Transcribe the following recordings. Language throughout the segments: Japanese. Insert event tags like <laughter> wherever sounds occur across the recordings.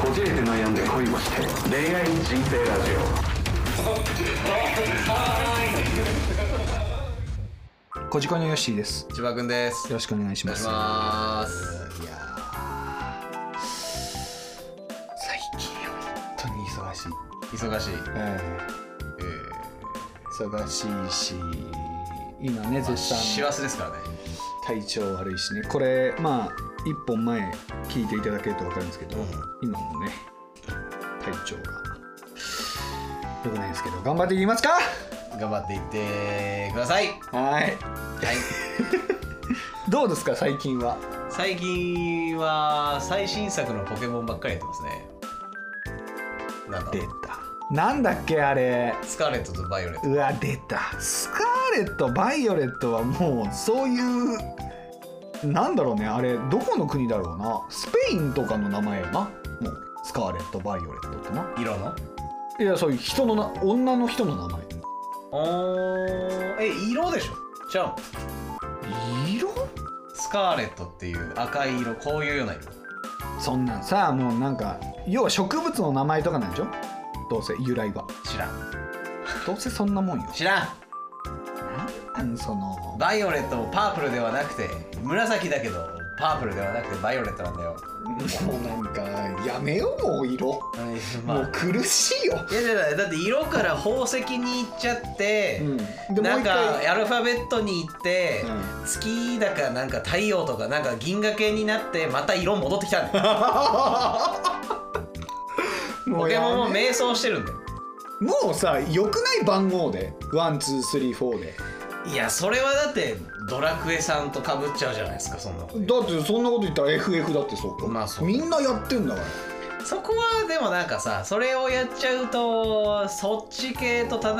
こじれて悩んで恋をして恋愛人生ラジこじこのよっしーです。千葉くんです。よろしくお願いしおま願いしす。ます。いやー最近本当に忙しい。忙しい。ええ忙しいし、今ね、絶師賛走ですからね。体調悪いしね。これ、まあ、一本前聞いていただけるとわかるんですけど、今もね、体調が良くないですけど、頑張っていきますか頑張っていってください。ははい。い。どうですか、最近は。最近は最新作のポケモンばっかりやってますね。なんだろ出う。た。なんだっけ、あれ。スカーレットとバイオレット。うわ出たスカーレットバイオレットはもうそういうなんだろうねあれどこの国だろうなスペインとかの名前よなもうスカーレットバイオレットってな色の？いやそういう人のな女の人の名前おーえ色でしょ。じゃあ色スカーレットっていう赤い色こういうような色。そんなんさもうなんか要は植物の名前とかなんでしょどうせ由来は知らん。どうせそんなもんよ知らん。なんそのバイオレットもパープルではなくて紫だけどパープルではなくてバイオレットなんだよ。もうなんかやめようもう色まもうあ、苦しいよ、いやいやいやだって色から宝石に行っちゃって、うん、でもなうん一回かアルファベットに行って、う月だかなんか太陽とかなんか銀河系になってまた色戻ってきたんだよもポうケやめ <laughs> モンも迷走してるんだよもうさ良くない番号でワンツースリーフォーでいやそれはだってドラクエさんとかぶっちゃうじゃないですかそんなことだってそんなこと言ったら FF だってそうか、まあそうみんなやってんだからそこはでもなんかさそれをやっちゃうとそっち系と戦う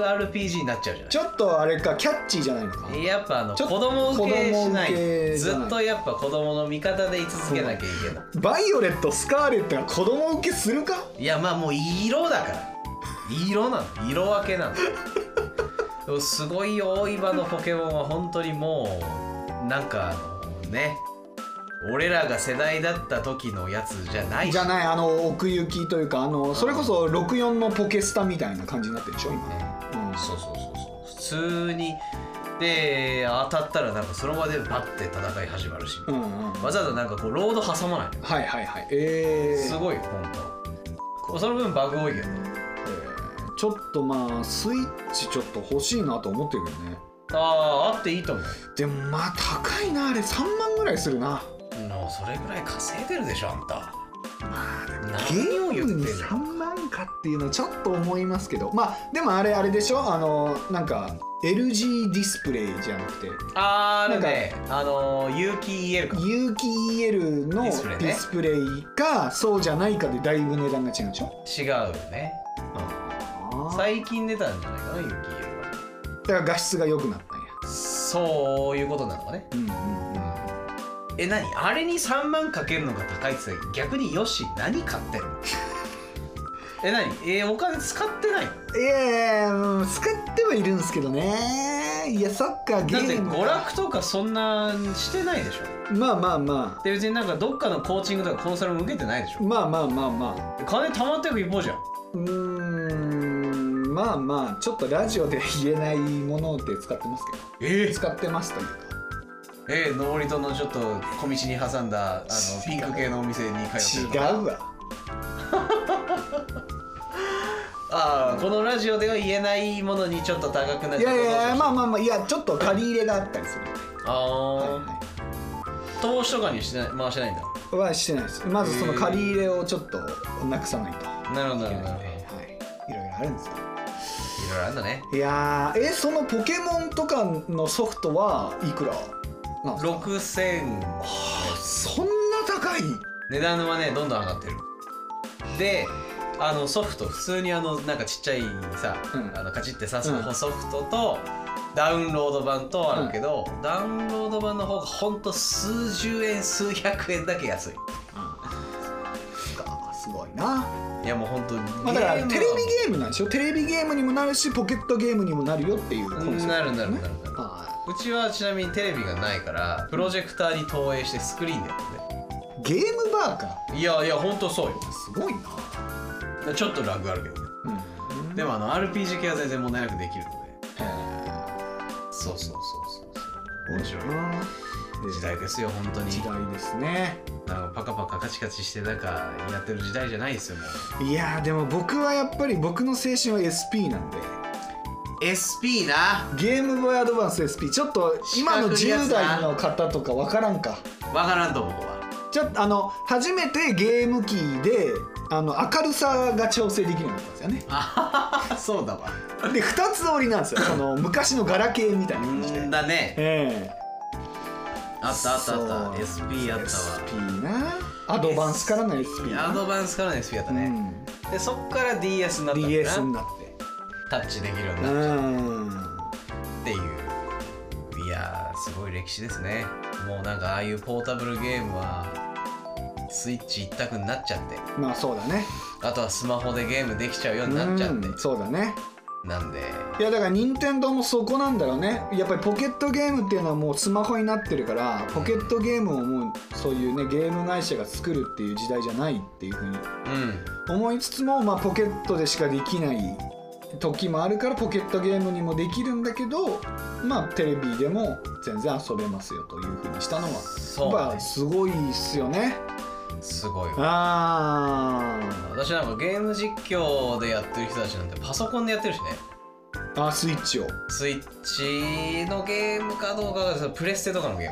RPG になっちゃうじゃないちょっとあれかキャッチーじゃないのかやっぱあのちょ子供受けしない子供受けじゃないずっとやっぱ子供の味方でい続けなきゃいけないバイオレットスカーレットが子供受けするかいやまあもう色だから色なの色分けなのでもすごいよ今のポケモンは本当にもうなんかあのね俺らが世代だった時のやつじゃないしじゃないあの奥行きというかあのそれこそ64のポケスタみたいな感じになってるでしょ今、うんそうそうそうそう普通にで当たったらなんかその場でバッて戦い始まるし、うんうん、はわざわざなんかこうロード挟まないいはいはいえー、すごいよ本当その分バグ多いけどねえーちょっとまあスイッチちょっと欲しいなと思ってるけどねあああっていいと思うでもまあ高いなあれ3万ぐらいするなのそれぐらい稼いでるでしょあんたまあでも何ゲをー言っムてんにの3万かっていうのちょっと思いますけどまあでもあれあれでしょあのなんか LG ディスプレイじゃなくてあーあなんるかねあのー有機 EL か有機 EL のデディスプレイねィスプレイかそうじゃないかでだいぶ値段が違うんでしょ違うよねだか最近出たんじゃないかな有機 EL はら画質が良くなったんやそういうことなのかねうんうんうんえ何あれに3万かけるのが高いって言ってたけど逆によし何買ってんのえ何えお金使ってないのいやいやうん使ってはいるんですけどねいやサッカーゲだってーム娯楽とかそんなしてないでしょまあまあまで別になんかどっかのコーチングとかコンサルも受けてないでしあょまあまあまあまあ金貯まっていく一方じゃんうーんまあまあちょっとラジオで言えないもので使ってますけどえ使ってますというかえー、登戸のちょっと小道に挟んだあのピンク系のお店に通ってる違とかうわああこのラジオでは言えないものにちょっと高くなっいちゃやいやういやまああまあまあいやちょっと借り入れがあったりするあはいー、投資とかにしてない回してないんだはいはしてないですまずその借り入れをちょっとなくさないといなるほどけないのでなるほどなるほはいいろいろあるんですよどいろいろあるんだねいやーえそのポケモンとかのソフトはいくらなんですか6000そんな高い値段はねどんどん上がってるであのソフト普通にあのなんかちっちゃいさ、うんあのカチッて刺すソフトと、ダウンロード版とあるけど、ダウンロード版の方がほんと数十円数百円だけ安いそっかすごいな、いやもうほんとゲームまあ、だからテレビゲームなんでしょテレビゲームにもなるしポケットゲームにもなるよっていうコンセプトなるなるねなるなるはうちはちなみにテレビがないからプロジェクターに投影してスクリーンでやっいてゲームバーかいやいやほんとそうよすごいなちょっとラグあるけどねうんでもあの RPG 系は全然問題なくできるのでへーそうそうそうそう面面白白いいな時代ですよ本当に時代ですねなんかパカパカカチカチしてなんかやってる時代じゃないですよもういやーでも僕はやっぱり僕の青春は SP なんで SP なゲームボーイアドバンス SP ちょっと今の四10角いやつな代の方とかわからんかわからんと思うわちょっとあの初めてゲーム機であの明るさが調整できるようになったんですよねあはは <laughs> そうだわで2つ折りなんですよその昔のガラケーみたいな感じでんだねええあったあったあそうった SP やったわ SP なアドバンスからの SP なアドバンスからの SP やったうね、んでそっから DS になったんだな DS になってタッチできるようにうなっんたっていういやーすごい歴史ですねもうなんかああいうポータブルゲームはスイッチ一択になっちゃってまあそうだねあとはスマホでゲームできちゃうようになっちゃってうんそうだねなんでいやだから任天堂もそこなんだろうねやっぱりポケットゲームっていうのはもうスマホになってるからポケットゲームをもうそういうねゲーム会社が作るっていう時代じゃないっていうふうにうん思いつつも、まあ、ポケットでしかできない時もあるからポケットゲームにもできるんだけどまあテレビでも全然遊べますよというふうにしたのはそやっうなんぱですすごいっすよねすごいわあ私なんかゲーム実況でやってる人たちなんてパソコンでやってるしねーあスイッチをスイッチのゲームかどうかがそのプレステとかのゲー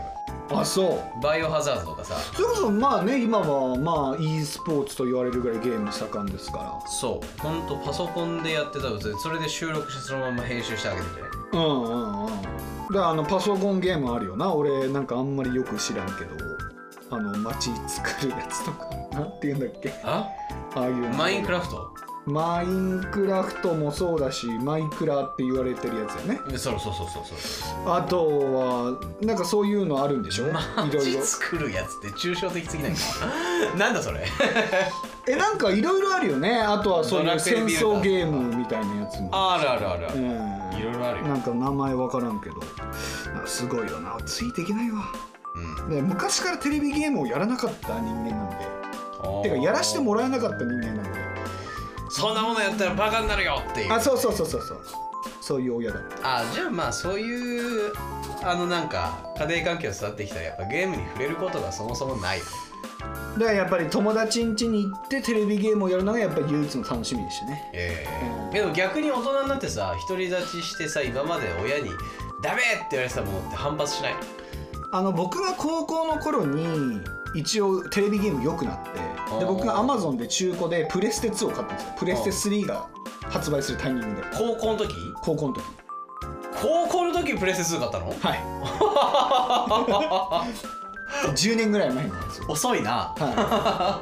ムあそうバイオハザードとかさそれこそまあね今はまあ e スポーツと言われるぐらいゲーム盛んですかそうほんとパソコンでやってたでそれで収録してそのまま編集してあげてるじゃないらうんうんうんだからあのパソコンゲームあるよな俺なんかあんまりよく知らんけどあの街作るやつとかなんて言うんだっけあああいうマインクララフトマインクラフトもそうだしマイクラって言われてるやつよねそうそうそうそうそうあとはなんかそういうのあるんでしょ、いろいろ作るやつって抽象的すぎないか <laughs> なんだそれえなんかいろいろあるよねあとはそうドいうラクエ戦ビルダーとか争ゲームみたいなやつもあるあるあるあうるんいろいろあるよなんか名前分からんけどなんかすごいよなついていけないわうんで昔からテレビゲームをやらなかった人間なんであてかやらしてもららえなかった人間なんでそんなものやったらバカになるよっていうあそうそうそうそうそうそういう親だったあじゃあまあそういうあのなんか家庭環境を育ってきたらやっぱゲームに触れることがそもそもないだからやっぱり友達ん家に行ってテレビゲームをやるのがやっぱり唯一の楽しみでしたねええけど逆に大人になってさ独り立ちしてさ今まで親に「ダメ!」って言われてたものって反発しないあの僕が高校の頃に一応テレビゲーム良くなってで僕が Amazon で中古でプレステ2を買ったんですよプレステ3が発売するタイミングで高校の時高校の時高校の時プレステ2買ったのはい10年ぐらい <laughs> 前なんですよ、遅いなは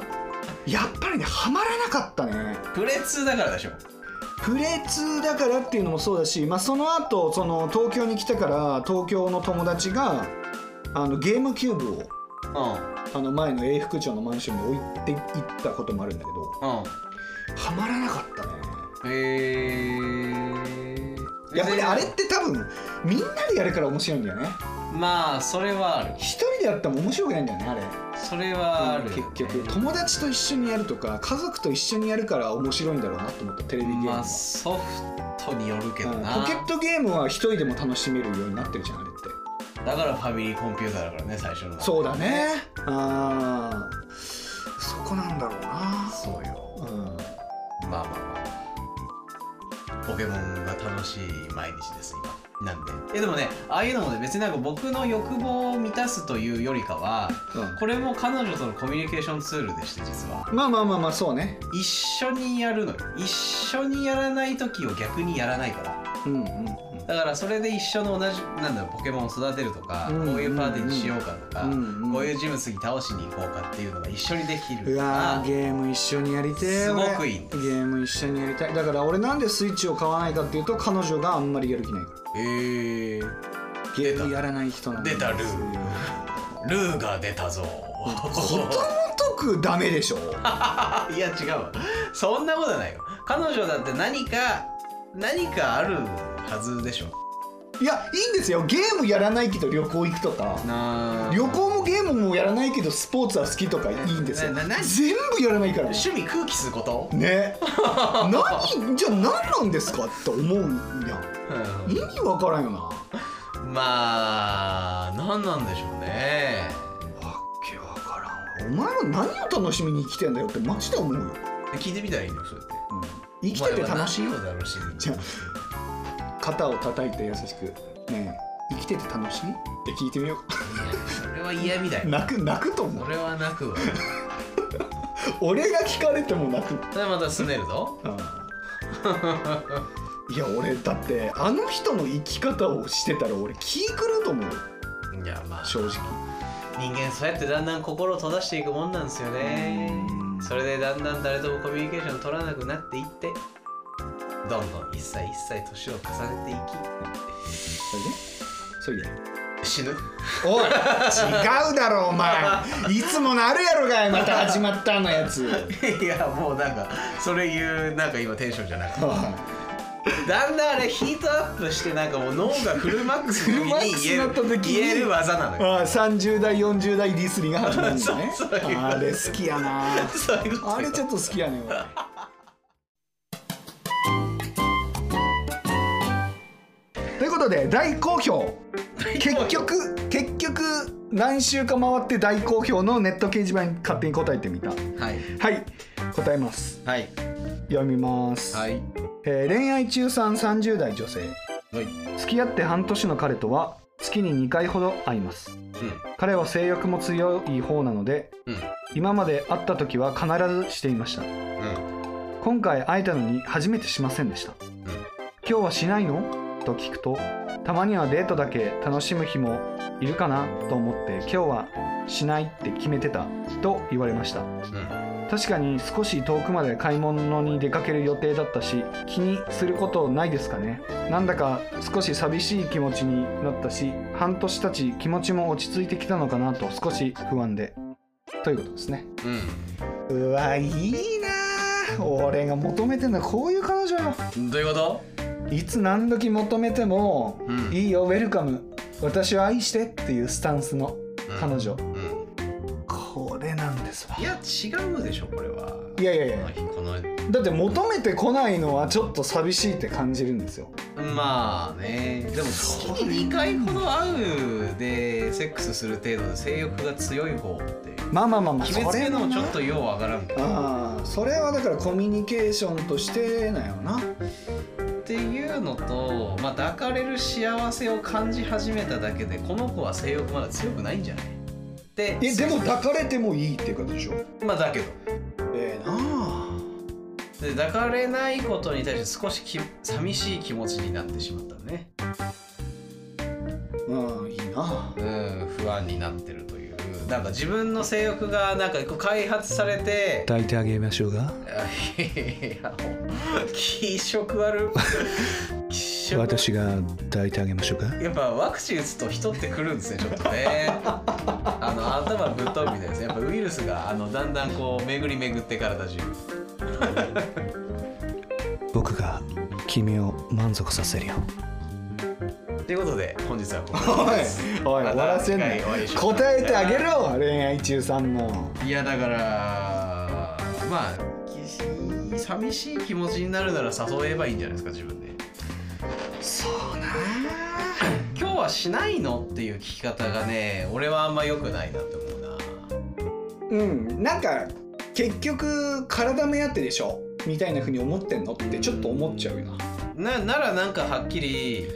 い、やっぱりねハマらなかったねプレ2だからでしょプレ2だからっていうのもそうだし、まあ、その後その東京に来てから東京の友達があのゲームキューブをうあの前の永福町のマンションに置いていったこともあるんだけどんうんハマらなかったねへえやっぱりあれって多分みんなでやるから面白いんだよねまあそれはある一人でやっても面白くないんだよねあれそれはあるよね、結局友達と一緒にやるとか家族と一緒にやるから面白いんだろうなと思ったテレビゲームまは、あソフトによるけどな、うんポケットゲームは一人でも楽しめるようになってるじゃんあれってだからファミリーコンピューターだからね最初のそうだねあーそこなんだろうなそうようんまあまあまあポケモンが楽しい毎日です今なんでえでもねああいうのもね別になんか僕の欲望を満たすというよりかはこれも彼女とのコミュニケーションツールでして実はうんまあまあまあまあそうね一緒にやるのよ一緒にやらない時を逆にやらないからうんうんだからそれで一緒の同じなんだろうポケモンを育てるとか、うんこういうパーティーにしようかとか、うんうんこういうジム次倒しに行こうかっていうのが一緒にできうるわーかゲーム一緒にやりてえすごく俺いいんゲーム一緒にやりたいだから俺なんでスイッチを買わないかっていうと彼女があんまりやる気ないかららえー、ゲ出ーたムやらない人なんです出たルーよルーが出たぞ子供とくダメでしょいや違うわそんなことはないよ彼女だって何か何かあるはずでしょいやいいんですよゲームやらないけど旅行行くとかな旅行もゲームもやらないけどスポーツは好きとかいいんですよななな全部やらないからね趣味空気吸うこと、何じゃあ何なんですかって思うやん意味わからんよなわまあ何なんでしょうねけわからんわお前は何を楽しみに生きてんだよってマジで思うよ、聞いてみたらいいのそうやって生きてて楽しいおよ前は何をだろうしじゃあ肩を叩いて優しく「ねえ生きてて楽しい?」って聞いてみよそれは嫌みだうよ泣く泣くと思そうれはなくわそ俺が聞かれても泣くれまたすねるぞ <laughs> いや俺だってあの人の生き方をしてたら俺気狂うと思うよいやまあ正直人間そうやってだんだん心を閉ざしていくもんなんですよねそれでだんだん誰ともコミュニケーション取らなくなっていってどんどん一歳一歳年を重ねそれでそれでていき死ぬおい違うだろお前いつものあるやろがいまた始まったのやつ <laughs> <laughs> いやもうなんかそれ言うなんか今テンションじゃ <laughs> なくてはだんだんあれヒートアップしてなんかもう脳がフルマックスの時に言えフルマックスになるった時に言える技ないのよああ30代40代ディスリが始まるのねそうそういうことあれ好きやな <laughs> そういうことあれちょっと好きやねん俺ということで大好評結局結局何週か回って大好評のネット掲示板に勝手に答えてみたははいい答えますはい読みます、はいえー恋愛中産30代女性はい付き合って半年の彼とは月に2回ほど会います彼は性欲も強い方なのでうんうん今まで会った時は必ずしていました今回会えたのに初めてしませんでした、今日はしないのと聞くとたまにはデートだけ楽しむ日もいるかなと思って今日はしないって決めてたと言われましたうんうん確かに少し遠くまで買い物に出かける予定だったし気にすることないですかねなんだか少し寂しい気持ちになったし半年たち気持ちも落ち着いてきたのかなと少し不安でということですねうわいいなあ俺が求めてんのはこういう彼女ようんどういうこといつ何時求めても、うんいいよウェルカム私を愛してっていうスタンスの彼女、うこれなんですわんいや違うでしょこれはいやいやいやこのだって求めてこないのはちょっと寂しいって感じるんですよまあねでも月に2回ほど会うでセックスする程度で性欲が強い方っていうまあまあまあまあ決めつけるのもちょっとようわからんっああそれはだからコミュニケーションとしてなよなていうのと、まあ、抱かれる幸せを感じ始めただけでこの子は性欲まだ強くないんじゃないでえでも抱かれてもいいっていうことでしょまあだけどええなあで抱かれないことに対して少しき寂しい気持ちになってしまったねうんいいなうん不安になってるというなんか自分の性欲がなんかこう開発されて抱いてあげましょうがあいやもう気色悪い気色が抱いてあげましょうかやっぱワクチン打つと人ってくるんですねちょっとねあの頭ぶっ飛ぶみたいですねやっぱウイルスがあのだんだんこう巡り巡って体中僕が君を満足させるよということで本日はここおいおいまた終わらせんな次回お会いしましょう答えてあげろ恋愛中さんのいやだからまあき寂しい気持ちになるなら誘えばいいんじゃないですか自分でそうな今日はしないのっていう聞き方がね俺はあんま良くないなって思うなうんなんか結局体目当てでしょみたいなふうに思ってんのってちょっと思っちゃうよななならなんかはっきり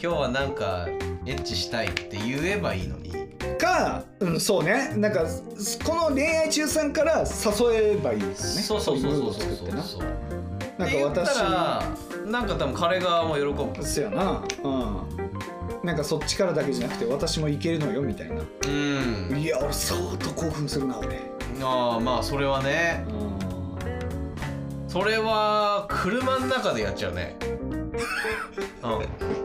今日はなんかエッチしたいって言えばいいのにかうんそうねなんかこの恋愛中さんから誘えばいいですねそうそうそうそうこいそムうード作そってうなそうなんかって言った私らなんか多分彼側も喜ぶそうやなうんなんかそっちからだけじゃなくて私もいけるのよみたいなうんいや俺相当興奮するな俺ああまあそれはねそれは車の中でやっちゃう <laughs> ねうん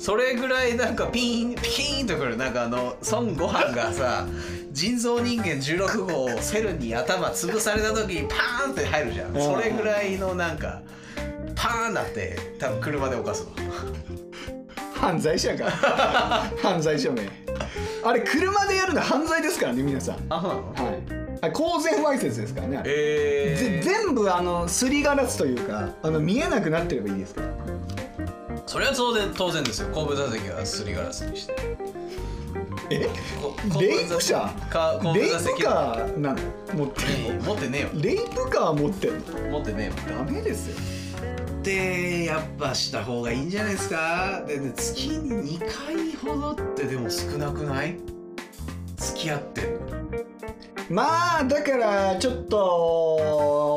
それぐらいなんかピーンピーンとくるなんかあの孫悟飯がさ人造人間16号をセルに頭潰された時にパーンって入るじゃんそれぐらいのなんかパーンなって多分車で犯すわ犯罪者 <laughs> か犯罪者名あれ車でやるの犯罪ですからね皆さんあそうなのはいあれ公然わいせつですからねあれえぜ全部あのすりガラスというかあの見えなくなってればいいですからそれは当然当然ですよ後部座席はすりガラスにしてえこ後部座席レイプ車か後部レイ座席プはカーなの持っていやいるや持ってねえのレイプカー持ってるのよ持ってねえよダメですよでやっぱした方がいいんじゃないですかでで月に2回ほどってでも少なくない付き合ってんのまあだからちょっと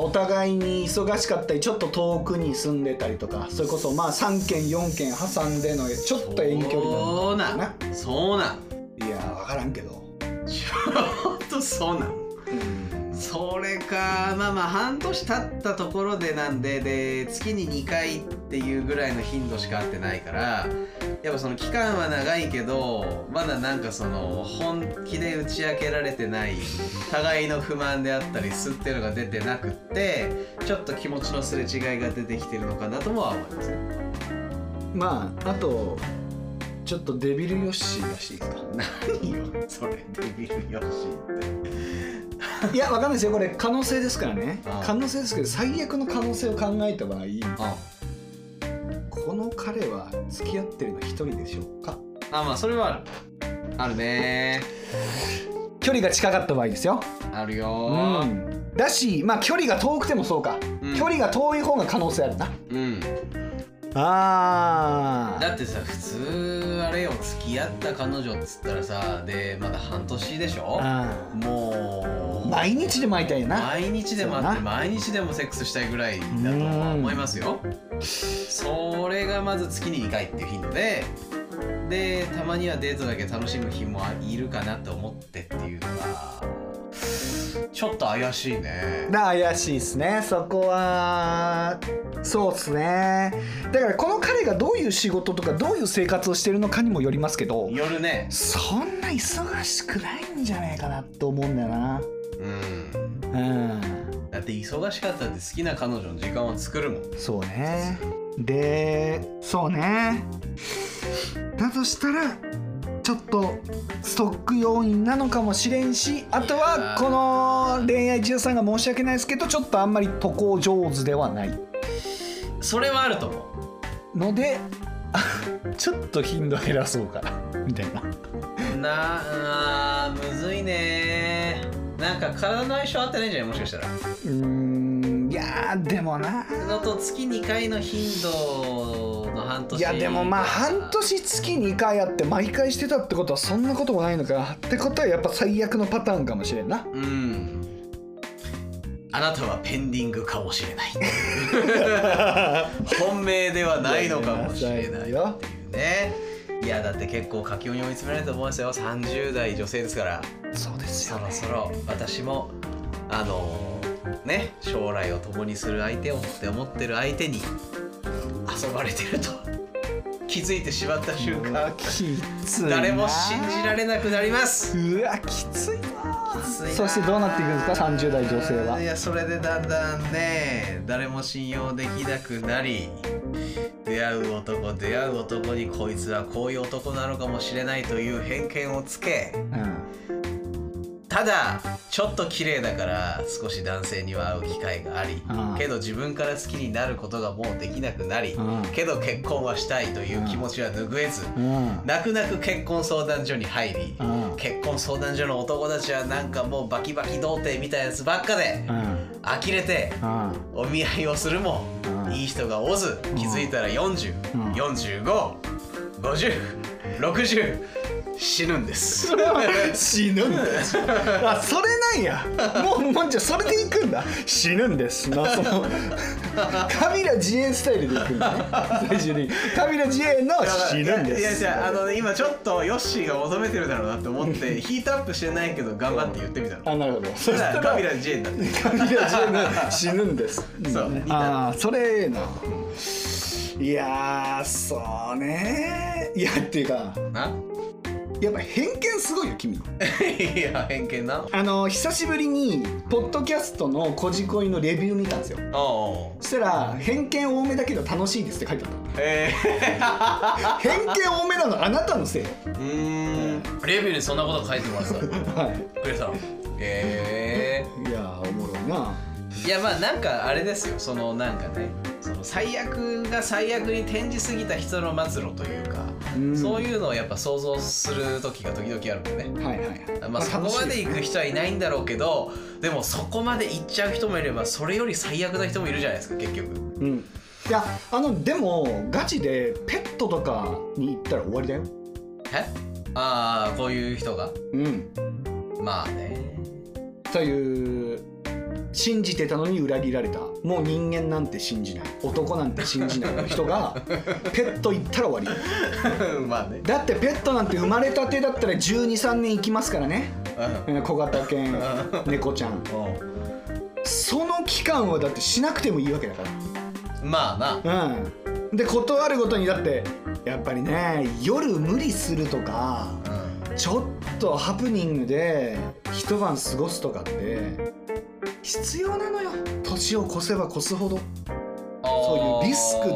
お互いに忙しかったりちょっと遠くに住んでたりとかそれこそまあ3軒4軒挟んでのちょっと遠距離そうななのかんそうなんないや分からんけど、ちょっとそうなんそれかまあまあ半年経ったところでなんでで月に2回っていうぐらいの頻度しか会ってないからやっぱその期間は長いけどまだなんかその本気で打ち明けられてない互いの不満であったりすっていうのが出てなくってちょっと気持ちのすれ違いが出てきてるのかなともは思いますね。まああとちょっとデビルヨッシーらしいですか何よそれデビルヨッシーって。いや分かんないですよこれ可能性ですからねああ可能性ですけど最悪の可能性を考えた場合あこの彼は付き合ってるの一人でしょうかあまあそれはある。あるね距離が近かった場合ですよあるようーん、だしまあ距離が遠くてもそうか、うん距離が遠い方が可能性あるなうんあだってさ普通あれよ付き合った彼女っつったらさでまだ半年でしょあもう毎日で巻いたいよな毎日でもあっそてう毎日でもセックスしたいぐらいだとは思いますよそれがまず月に2回っていう頻度ででたまにはデートだけ楽しむ日もいるかなと思ってっていうのがちょっと怪しいねだ怪しいっすねそこはそうっすねだからこの彼がどういう仕事とかどういう生活をしてるのかにもよりますけど夜ねそんな忙しくないんじゃないかなと思うんだよなうんうんだって忙しかったって好きな彼女の時間を作るもんそうねでそうねだとしたらちょっとストック要因なのかもしれんしあといやはーこの恋愛中さんが申し訳ないですけどちょっとあんまり渡航上手ではないそれはあると思うので <laughs> あちょっと頻度減らそうかなみたいななあーむずいねなんか体の相性合ってないんじゃないもしかしたらうーんいやーでもなのと月2回の頻度の半年いやでもまあ半年月2回あって毎回してたってことはそんなこともないのかってことはやっぱ最悪のパターンかもしれん <laughs> なうんあなたはペンディングかもしれない <laughs> 本命ではないのかもしれないっていうよねいやだって結構佳境に追い詰められると思いますよ30代女性ですからそうですそよろそろ私もあのね将来を共にする相手をって思ってる相手に遊ばれてると気づいてしまった瞬うわ間きついな誰も信じられなくなりますうわきついなきついなそしてどうなっていくんですか30代女性はいやそれでだんだんね誰も信用できなくなり出会う男出会う男にこいつはこういう男なのかもしれないという偏見をつけうただちょっと綺麗だから少し男性には会う機会がありうんけど自分から好きになることがもうできなくなりうんけど結婚はしたいという気持ちは拭えずんうん泣く泣く結婚相談所に入りうん結婚相談所の男たちはなんかもうバキバキ童貞みたいなやつばっかでうん呆れてうんお見合いをするもうんいい人がおず気づいたらうん40455060死ぬんです。それは死ぬんです <laughs> あそれなんやもうもうじゃあそれでいくんだ死ぬんですのそ <laughs> のカミラ自衛スタイルでいくんだね最終的にカミラ自衛の死ぬんでいやいすやいやあのね今ちょっとヨッシーが求めてるだろうなって思 <laughs> ってヒートアップしてないけど頑張って言ってみたの。あなるほどそだしたかららカミラ J になってカミラ自衛の死ぬんですそうああそれええないやーそうねいやっていうかな <laughs> やっぱ偏見すごいよ君いや偏見なあの久しぶりにポッドキャストの「こじこい」のレビュー見たんですよおうおうそしたら「偏見多めだけど楽しいです」って書いてあっえた偏見多めなのあなたのせいー、うーんレビューにそんなこと書いてもらってたはくれたのえいいやーおもろいなー、いやまあなんかあれですよそのなんかねその最悪が最悪に転じすぎた人の末路というか、うんそういうのをやっぱ想像する時が時々あるんでねはいはいはいまあ、そこまで行く人はいないんだろうけどでもそこまで行っちゃう人もいればそれより最悪な人もいるじゃないですか結局うんいやあのでもガチでペットとかに行ったら終わりだよえああこういう人がうんまあねという信じてたのに裏切られたもう人間なんて信じない男なんて信じないの人 <laughs> がペット行ったら終わり <laughs> まあねだってペットなんて生まれたてだったら1 2 3年生きますからねえー小型 <laughs> 犬猫ちゃんうその期間はだってしなくてもいいわけだかんまあならうんで断るごとにだってやっぱりね夜無理するとかうんちょっとハプニングで一晩過ごすとかって必要なのよ年を越せば越すほどそういうリスク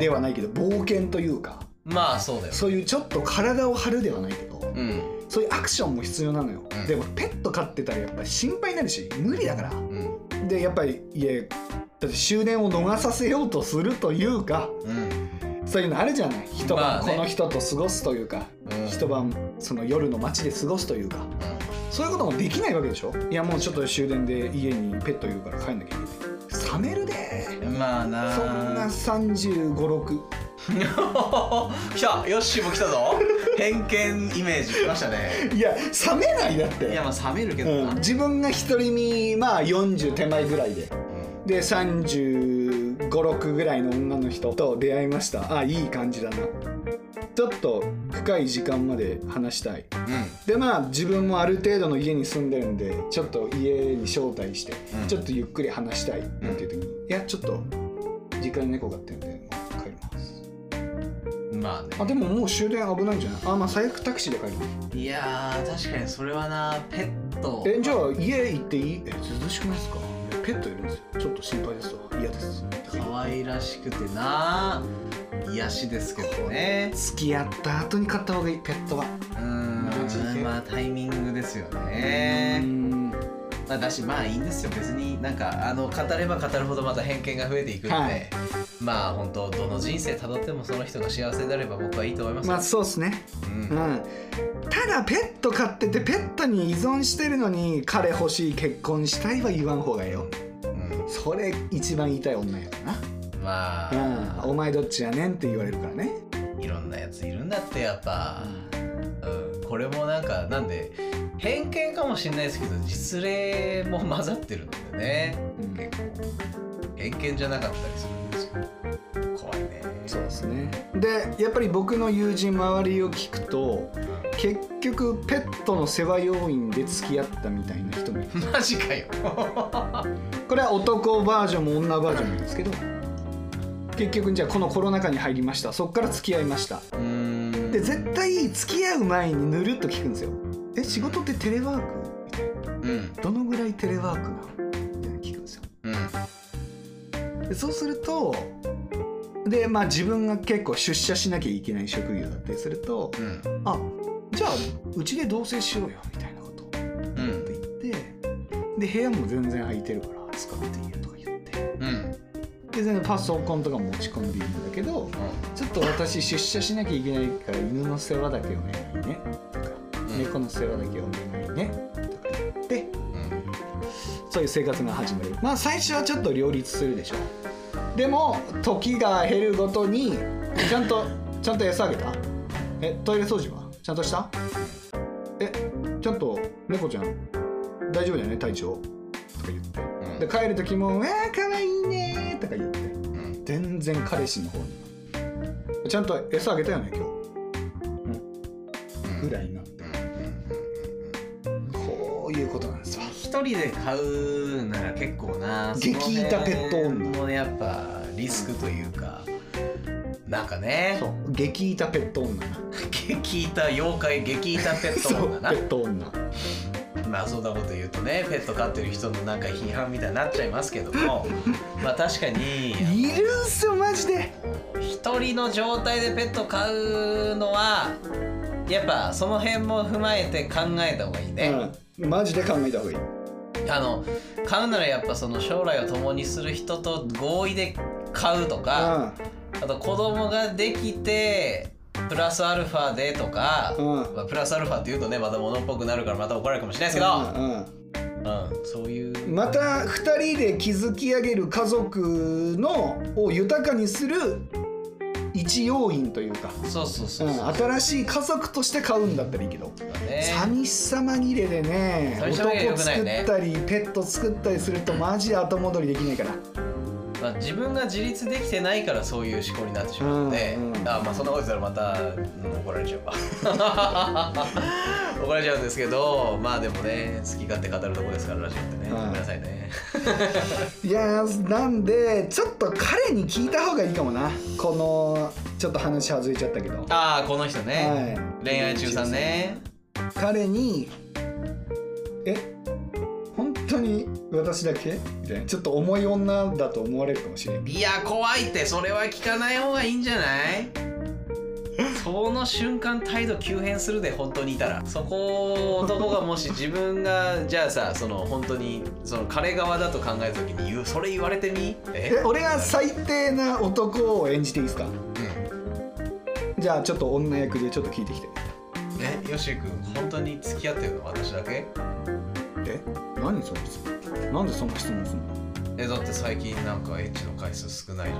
ではないけど冒険というかまあそうだよそういうちょっと体を張るではないけどうんそういうアクションも必要なのよ、うんでもペット飼ってたらやっぱり心配になるし無理だからうんでやっぱりいやだって終電を逃させようとするというかうんそういうのあるじゃない一晩まあこねの人と過ごすというか、うん一晩その夜の街で過ごすというかそういうこともできないわけでしょいやもうちょっと終電で家にペットいるから帰んなきゃいけない冷めるでうんまあなそんな3 5 6 <laughs> 来たヨッシーも来たぞ偏見イメージ来ましたねいや冷めないだっていやまあ冷めるけどう、なん自分が独り身まあ40手前ぐらいでで3 5 6ぐらいの女の人と出会いましたあいい感じだなちょっと深い時間まで話したいうんでまあ自分もある程度の家に住んでるんでちょっと家に招待して、うんちょっとゆっくり話したいなんていう時に、いやちょっと時間に猫飼ってんでもう帰りますうんまあねあでももう終電危ないんじゃないあまあ最悪タクシーで帰るいやー確かにそれはなペットえじゃあ家行っていいえ涼しくないですかいやペットいるんですよちょっと心配ですわ嫌です可愛らしくてな癒しですけどね付き合った後に買った方がいいペットはうーんまあタイミングですようねんまあだしまあいいんですよ別になんかあの語れば語るほどまた偏見が増えていくんで、はいまあ本当どの人生たどってもその人が幸せであれば僕はいいと思いますよ、まあそうですねうんうんただペット飼っててペットに依存してるのに彼欲しい結婚したいは言わん方がええようそれ一番言いたい女やんまな、うん、あお前どっちやねんって言われるからねいろんなやついるんだってやっぱ、うん、これもなんかなんで偏見かもしれないですけど実例も混ざってるんでねうん結構偏見じゃなかったりするんですよ怖いねそうですねでやっぱり僕の友人周りを聞くと結局ペットの世話要員で付き合ったみたいな人もいるうんマジかよこれは男バージョンも女バージョンなんですけど結局じゃあこのコロナ禍に入りましたそっから付き合いましたうーんで絶対付き合う前にぬるっと聞くんですよえ仕事ってテレワークうんどのぐらいテレワークなのみたいな聞くんですようんでそうするとでまあ自分が結構出社しなきゃいけない職業だったりするとうんあじゃあうちで同棲しようよみたいなことをうん言ってで部屋も全然空いてるから使っていいよとか言ってうんうんで全然パソコンとか持ち込んでいいんだけどちょっと私出社しなきゃいけないから犬の世話だけお願いねとか、うん猫の世話だけお願いねとか言ってそういう生活が始まるまあ最初はちょっと両立するでしょでも時が減るごとにちゃんとちゃんと餌あげたえトイレ掃除はちゃんとしたえちゃんと猫ちゃん大丈夫だよね体調とか言ってうんで帰る時も「うわーかわいいね」とか言ってうん全然彼氏の方にちゃんと餌あげたよね今日ぐらいなこういうことなんですわ一人で買うなら結構な激イタペット女その辺もねやっぱリスクというかなんかねそう激イタペット女な激イタ妖怪激イタペットそもうだなペット女まあそんなこと言うとねペット飼ってる人のなんか批判みたいになっちゃいますけ <laughs> どもまあ確かにいるんすよマジで一人の状態でペット飼うのはやっぱその辺も踏まえて考えた方がいいね、うん、マジで考えた方がいいあの飼うならやっぱその将来を共にする人と合意で飼うとか、あと子供ができてプラスアルファでとか、うんまあ、プラスアルファって言うとねまた物っぽくなるからまた怒られるかもしれないですけうんど、うんうん、そういうまた2人で築き上げる家族のを豊かにする一要因というか、そうそうそううそん、う、新しい家族として買うんだったらいいけど、ね寂しさまぎれでね寂しさまぎれ良男くな作いっねたりペット作ったりするとマジ後戻りできないからまあ、自分が自立できてないからそういう思考になってしまうので、うんうんあまあそんなこと言ったらまた、うん怒られちゃうわ怒られちゃうんですけどまあでもね好き勝手語るとこですからラジオってね、うんごめんなさいねいやーなんでちょっと彼に聞いた方がいいかもなこのちょっと話外れちゃったけど、はああこの人ね、い、恋愛中さんね彼に「え本当に私だけ?」みたいなちょっと重い女だと思われるかもしれんいや怖いってそれは聞かない方がいいんじゃないその瞬間態度急変するで本当にいたらそこを男がもし自分がじゃあさその本当にその彼側だと考えた時に言うそれ言われてみええ俺が最低な男を演じていいですかじゃあちょっと女役でちょっと聞いてきてえよし君本当に付き合ってるの私だけえ何その質問なんでそんな質問すんのえだって最近なんかエッチの回数少ない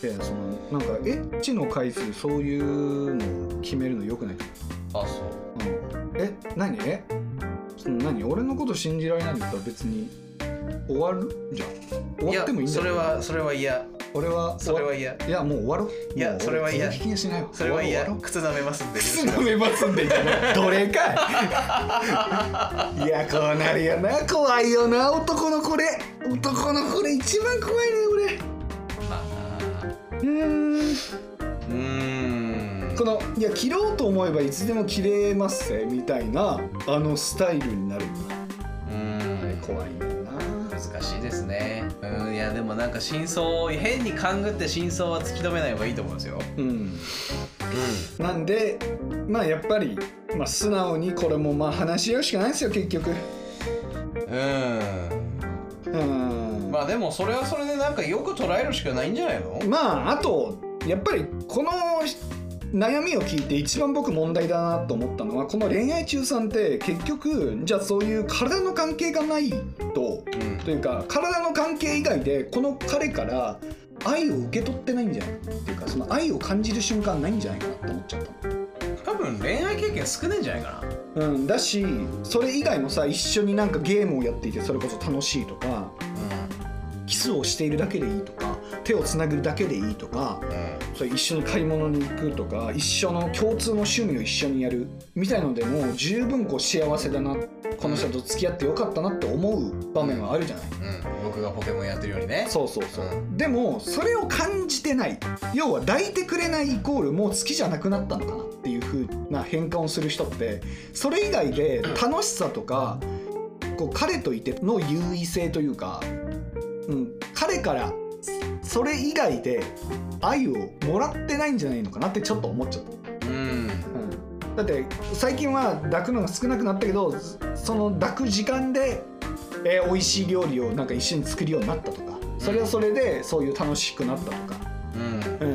じゃでそのなんかエッチの回数そういうのを決めるのよくないかんあそううんえ何えその何俺のこと信じられないんだったら別に終わるじゃん終わってもいいんだよやそれはそれは嫌俺はそれは嫌いやもう終わろういいやそれは嫌引きにしないよそれは嫌終わろう靴舐めますんで靴舐めますんでどれか <laughs> いいやこうなるよな怖いよな男のこれ男のこれ一番怖いねまあな俺うーんうーんこのいや切ろうと思えばいつでも切れますぜみたいなあのスタイルになるんだうーん怖いんだよな難しいですねうんいやでもなんか真相を変に勘ぐって真相は突き止めない方がいいと思うんですようんなんでまあやっぱり、まあ、素直にこれもまあ話し合うしかないですよ結局うんうんまあでもそれはそれでなんかよく捉えるしかないんじゃないのまああとやっぱりこの悩みを聞いて一番僕問題だなと思ったのはこの恋愛中さんって結局じゃあそういう体の関係がないとうんというか体の関係以外でこの彼から愛を受け取ってないんじゃないっていうかその愛を感じる瞬間ないんじゃないかなって思っちゃったの多分恋愛経験少ないんじゃないかうん、だしそれ以外もさ一緒になんかゲームをやっていてそれこそ楽しいとかキスをしているだけでいいとか手をつなぐだけでいいとかなうんそれ一緒に買い物に行くとか一緒の共通の趣味を一緒にやるみたいのでもう十分こう幸せだなこの人と付き合ってよかったなって思う場面はあるじゃないうん僕がポケモンやってるよりねそうそうそうでもそれを感じてない要は抱いてくれないイコールもう好きじゃなくなったのかなっていう風な変換をする人ってそれ以外で楽しさとかこう彼といての優位性というか、うん、彼からそれ以外で愛をもらってないんじゃないのかなってちょっと思っちゃった。うんだって最近は抱くのが少なくなったけどその抱く時間で、えー美味しい料理をなんか一緒に作るようになったとかそれはそれでそういう楽しくなったとか、うん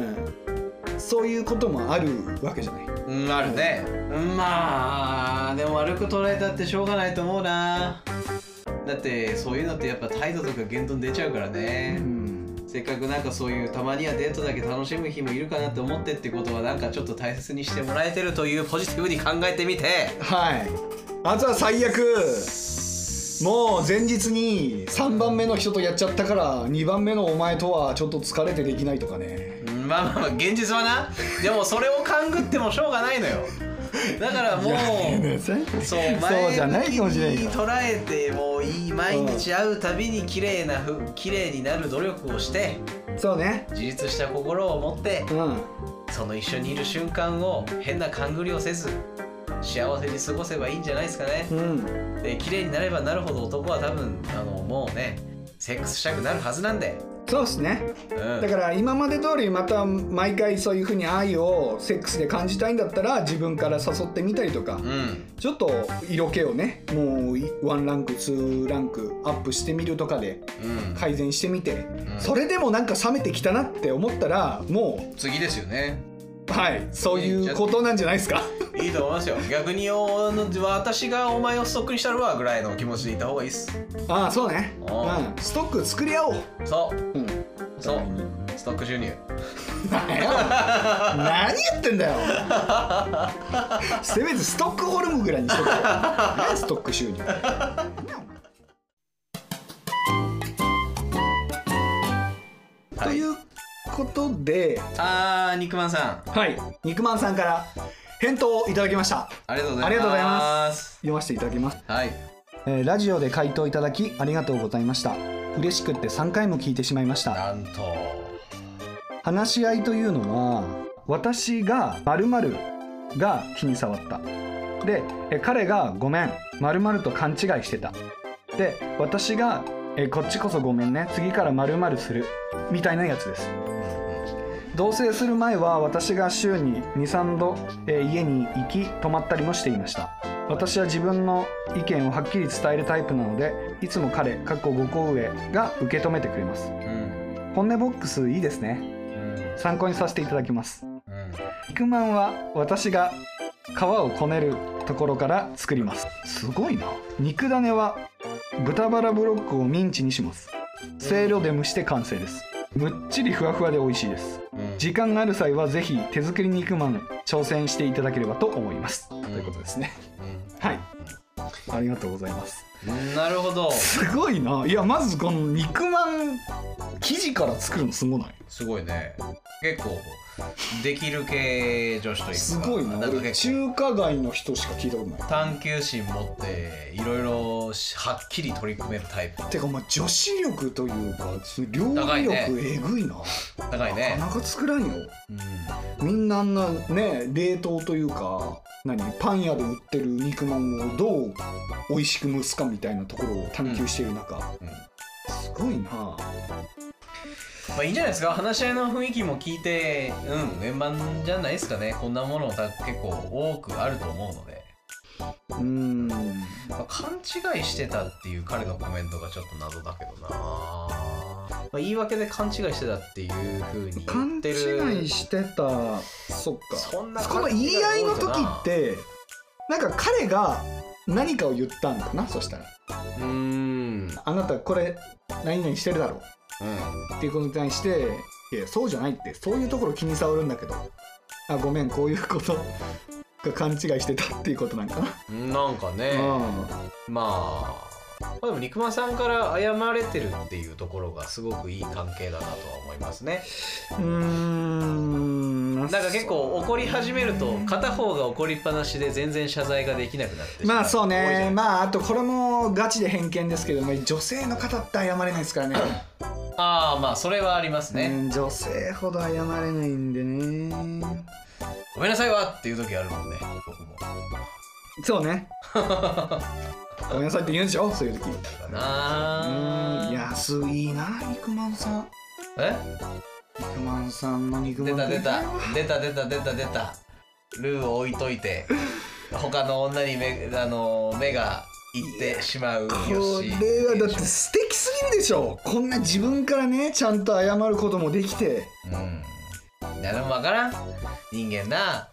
うん、そういうこともあるわけじゃない。うんあるねまあでも悪く捉えたってしょうがないと思うなだってそういうのってやっぱ態度とか言動に出ちゃうからねうんせっかくなんかそういうたまにはデートだけ楽しむ日もいるかなって思ってってことはなんかちょっと大切にしてもらえてるというポジティブに考えて <laughs> みてはいあとは最悪もう前日に3番目の人とやっちゃったから2番目のお前とはちょっと疲れてできないとかねまあまあまあ現実はなでもそれを勘ぐってもしょうがないのよだからもうそうそうそうじゃないかもしれない前によ捉えてもういい毎日会うたびに綺麗なふ綺麗になる努力をしてそうね自立した心を持ってうんその一緒にいる瞬間を変な勘繰りをせず幸せに過ごせばいいんじゃないですかねうんで綺麗になればなるほど男は多分あのもうねセックスしたくなるはずなんでそうですねうんだから今まで通りまた毎回そういうふうに愛をセックスで感じたいんだったら自分から誘ってみたりとかうんちょっと色気をねもういワンランクツーランクアップしてみるとかでうん改善してみてんそれでもなんか冷めてきたなって思ったらも次です <laughs> よねうはいそういうことなんじゃないですかいいと思いますよ逆にお私がお前をストックにしたるわぐらいの気持ちでいた方がいいっすああそうねあうんストック作り合おうそううんそうストック収入何よ何言ってんだよせめてストックホルムぐらいにしとけよ何ストック収入ということであー肉まんさんはい肉まんさんから返答をいただきましたありがとうござあいますりがとうございます読ませていただきますはいえーラジオで回答いただきありがとうございました嬉しくって3回も聞いてしまいましたなんと話し合いというのは私が〇〇が気に障ったでえ彼がごめん〇〇と勘違いしてたで私がえこっちこそごめんね次から〇〇するみたいなやつです同棲する前は私が週に23度、えー家に行き泊まったりもしていました私は自分の意見をはっきり伝えるタイプなのでいつも彼かっこ5個上が受け止めてくれますうん本音ボックスいいですねうん参考にさせていただきますうん肉まんは私が皮をこねるところから作りますすごいな肉ダネは豚バラブロックをミンチにしますせいろで蒸して完成ですむっちりふわふわで美味しいですうん時間がある際はぜひ手作り肉まん挑戦していただければと思います、ということですねはいありがとうございますうんなるほどすごいないやまずこの肉まん生地から作るのすごないすごいね結構できる系女子というかすごいななんか俺結中構華街の人しか聞いたことない探求心持っていろいろはっきり取り組めるタイプてかまあ女子力というかその料高理いね力えぐいな高いねなかなか作らんようんみんなあんなね冷凍というか何パン屋で売ってる肉まんをどう美味しく蒸すかみたいなところを探求している中、うんすごいなまあいいんじゃないですか話し合いの雰囲気も聞いてうん円満じゃないですかねこんなものた結構多くあると思うので、うーんまあ勘違いしてたっていう彼のコメントがちょっと謎だけどな、まあ、言い訳で勘違いしてたっていうふうに言勘ってる違いしてたそっかそんなこの言い合いの時ってなんか彼が何かを言ったんだなそしたらうーんあなたこれ何々してるだろうっていうことに対して「いやそうじゃない」ってそういうところ気に障るんだけどあごめんこういうこと <laughs> が勘違いしてたっていうことなんかな、うんなんかねまあまあでも肉まんさんから謝れてるっていうところがすごくいい関係だなとは思いますねうんなんか結構怒り始めると片方が怒りっぱなしで全然謝罪ができなくなってしままあそう多いじゃねないまああとこれもガチで偏見ですけども女性の方って謝れないですからねああまあそれはあります <coughs> ね、うん女性ほど謝れないんでねごめんなさいわっていう時あるもんね僕もそう <laughs> ねごめんなさいって言うんでしょそういう時だうなんいやすいいな肉まんさんえ肉まんさんの肉ま出んた出 <laughs> 食いいわた出た出た出た出たルーを置いといて他の女に目あの目がいってしまうこよしれはだって素敵すぎるでしょこんな自分からねちゃんと謝ることもできてうん誰もわからん人間な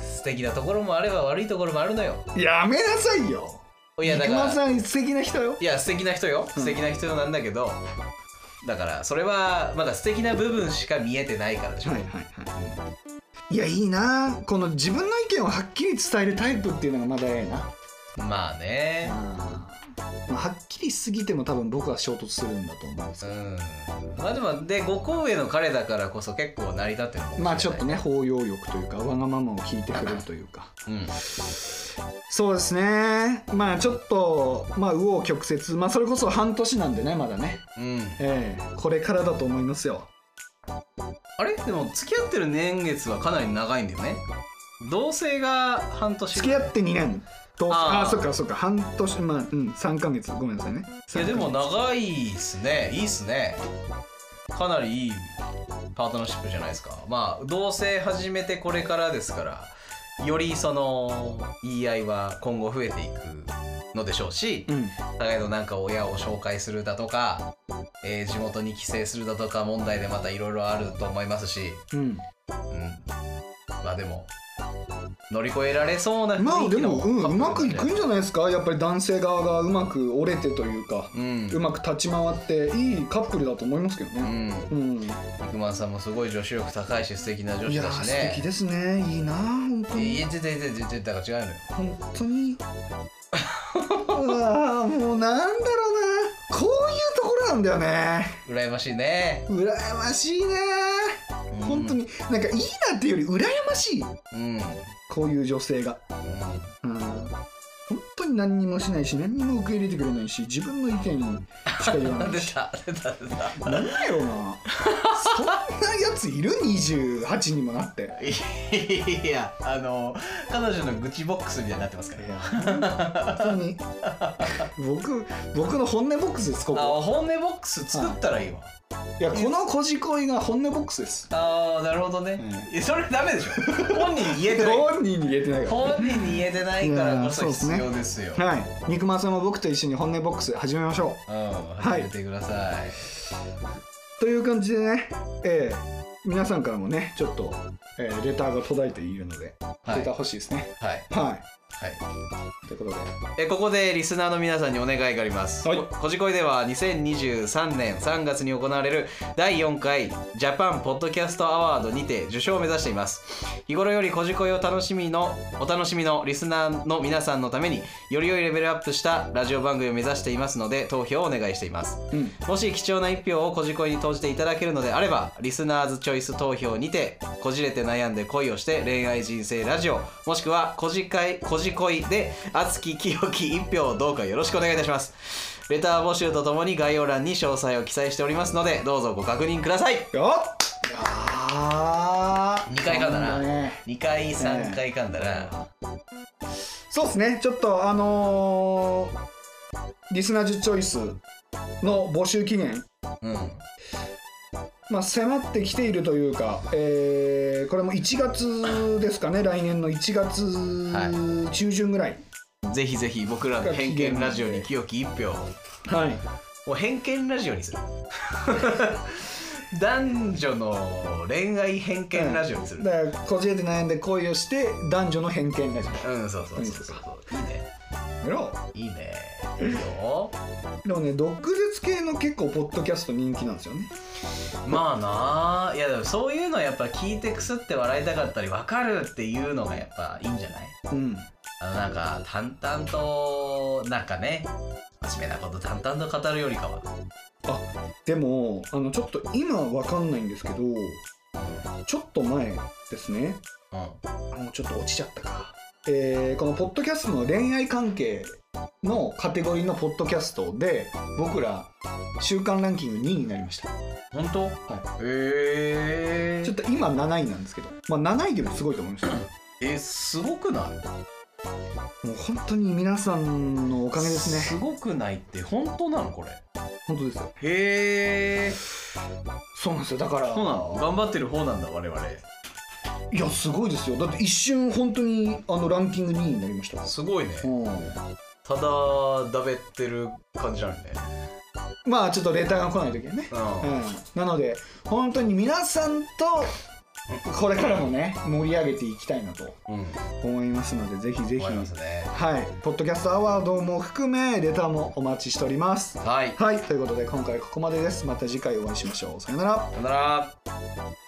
素敵なところもあれば悪いところもあるのよやめなさいよいやだ肉かまんらさん素敵な人よいや素敵な人よ素敵な人なんだけど、だからそれはまだ素敵な部分しか見えてないからでしょ、いやいいなこの自分の意見をはっきり伝えるタイプっていうのがまだええなまあねあまあはっきりすぎても多分僕は衝突するんだと思うんですけうんまあでもで5個上の彼だからこそ結構成り立ってるのかもしれないどまあちょっとね包容力というかわがままを聞いてくれるというかうんそうですねまあちょっとまあ右往曲折まあそれこそ半年なんでねまだねうんええこれからだと思いますよあれでも付き合ってる年月はかなり長いんだよね同棲が半年付き合って2年とあああーそっかそっか半年まあうん3ヶ月ごめんなさいねいやでも長いっすねいいっすねかなりいいパートナーシップじゃないですかまあ同棲始めてこれからですからよりその言い合いは今後増えていくのでしょうしうん互いのなんか親を紹介するだとか、えー地元に帰省するだとか問題でまたいろいろあると思いますし、うんうん、まあでも乗り越えられそうなま <laughs> あ雰囲で気のも、うん、カップうルまくいじゃくなんいですかじゃないですかやっぱり男性側がうまく折れてというか、うんうまく立ち回っていいカップルだと思いますけどうねんうん、肉まんさんもすごい女子力高いし素敵な女い子やだーし素敵ね。ですねいいな本当にいや全然全然全然だから違うのよ。本当にうわーもうなんだろうなこういうところなんだよね羨ましいね。羨ましいねうん本当。になんかいいなっていうより羨ましいうん。うんこういう女性がうん本当に何にもしないし何にも受け入れてくれないし自分の意見しか言わない出した <laughs> 出た出た。なんだよなそんなやついる28にもなっていやあの彼女の愚痴ボックスみたいになってますか本ら。当 <laughs> に僕僕の本音ボックスですこあこ本音ボックス作ったらいいわ。いやこのこじこいが本音ボックスですああなるほどねう。いやそれダ <laughs> メでしょ。本人に言えてない。本人に言えてないか本人に言えてないからこそいやーそうっす必ね要ですよ。らはい肉まんさんも僕と一緒に本音ボックス始めましょうん始めてください。うという感じでねええ皆さんからもねちょっと、ええレターが届いているので、はいレター欲しいですねはいははい。いということでえーここでリスナーの皆さんにお願いがあります、はいここじこいでは2023年3月に行われる第4回ジャパンポッドキャストアワードにて受賞を目指しています日頃よりこじこいを楽しみのお楽しみのリスナーの皆さんのためにより良いレベルアップしたラジオ番組を目指していますので投票をお願いしていますうんもし貴重な一票をこじこいに投じていただけるのであればリスナーズチョイス投票にてこじれて悩んで恋をして恋愛人生ラジオもしくはこじかいこじこいで熱き清き一票をどうかよろしくお願いいたしますレター募集とともに概要欄に詳細を記載しておりますのでどうぞご確認くださいよっあ2回かんだなね2回3回かんだなそうですねちょっとあのーリスナーズチョイスの募集期限うんまあ迫ってきているというか、えーこれも1月ですかね来年の1月中旬ぐらいぜひぜひ僕らの偏見ラジオに清き一票をはい、もう偏見ラジオにする <laughs> 男女の恋愛偏見ラジオにするだからこじれて悩んで恋をして男女の偏見ラジうんそうそうそうそうそういいねオやろういいねいいよでもね毒舌系の結構ポッドキャスト人気なんですよねまあなあいやでもそういうのやっぱ聞いてくすって笑いたかったり分かるっていうのがやっぱいいんじゃないうんあのなんか淡々となんかね真面目なこと淡々と語るよりかはあでもあのちょっと今わかんないんですけどちょっと前ですねあうもうちょっと落ちちゃったか、えーこのポッドキャストの恋愛関係のカテゴリーのポッドキャストで僕ら週間ランキング2位になりましたん本当はええちょっと今7位なんですけど、まあ、7位でもすごいと思いましたもえすごくないう本当に皆さんのおおかげですねすごくないって本当なのこれ本当ですよへえそうなんですよだからそうなの頑張ってる方なんだ我々いやすごいですよだって一瞬本当にあのランキング2位になりましたすごいねうんただだべってる感じあるねまあちょっとレターが来ない時はねうんうん、なので本当に皆さんとこれからもね盛り上げていきたいなとうん思いますのでぜひぜひ思いますねはいポッドキャストアワードも含めレターもお待ちしておりますはいはいということで今回ここまでですまた次回お会いしましょうさよならさよなら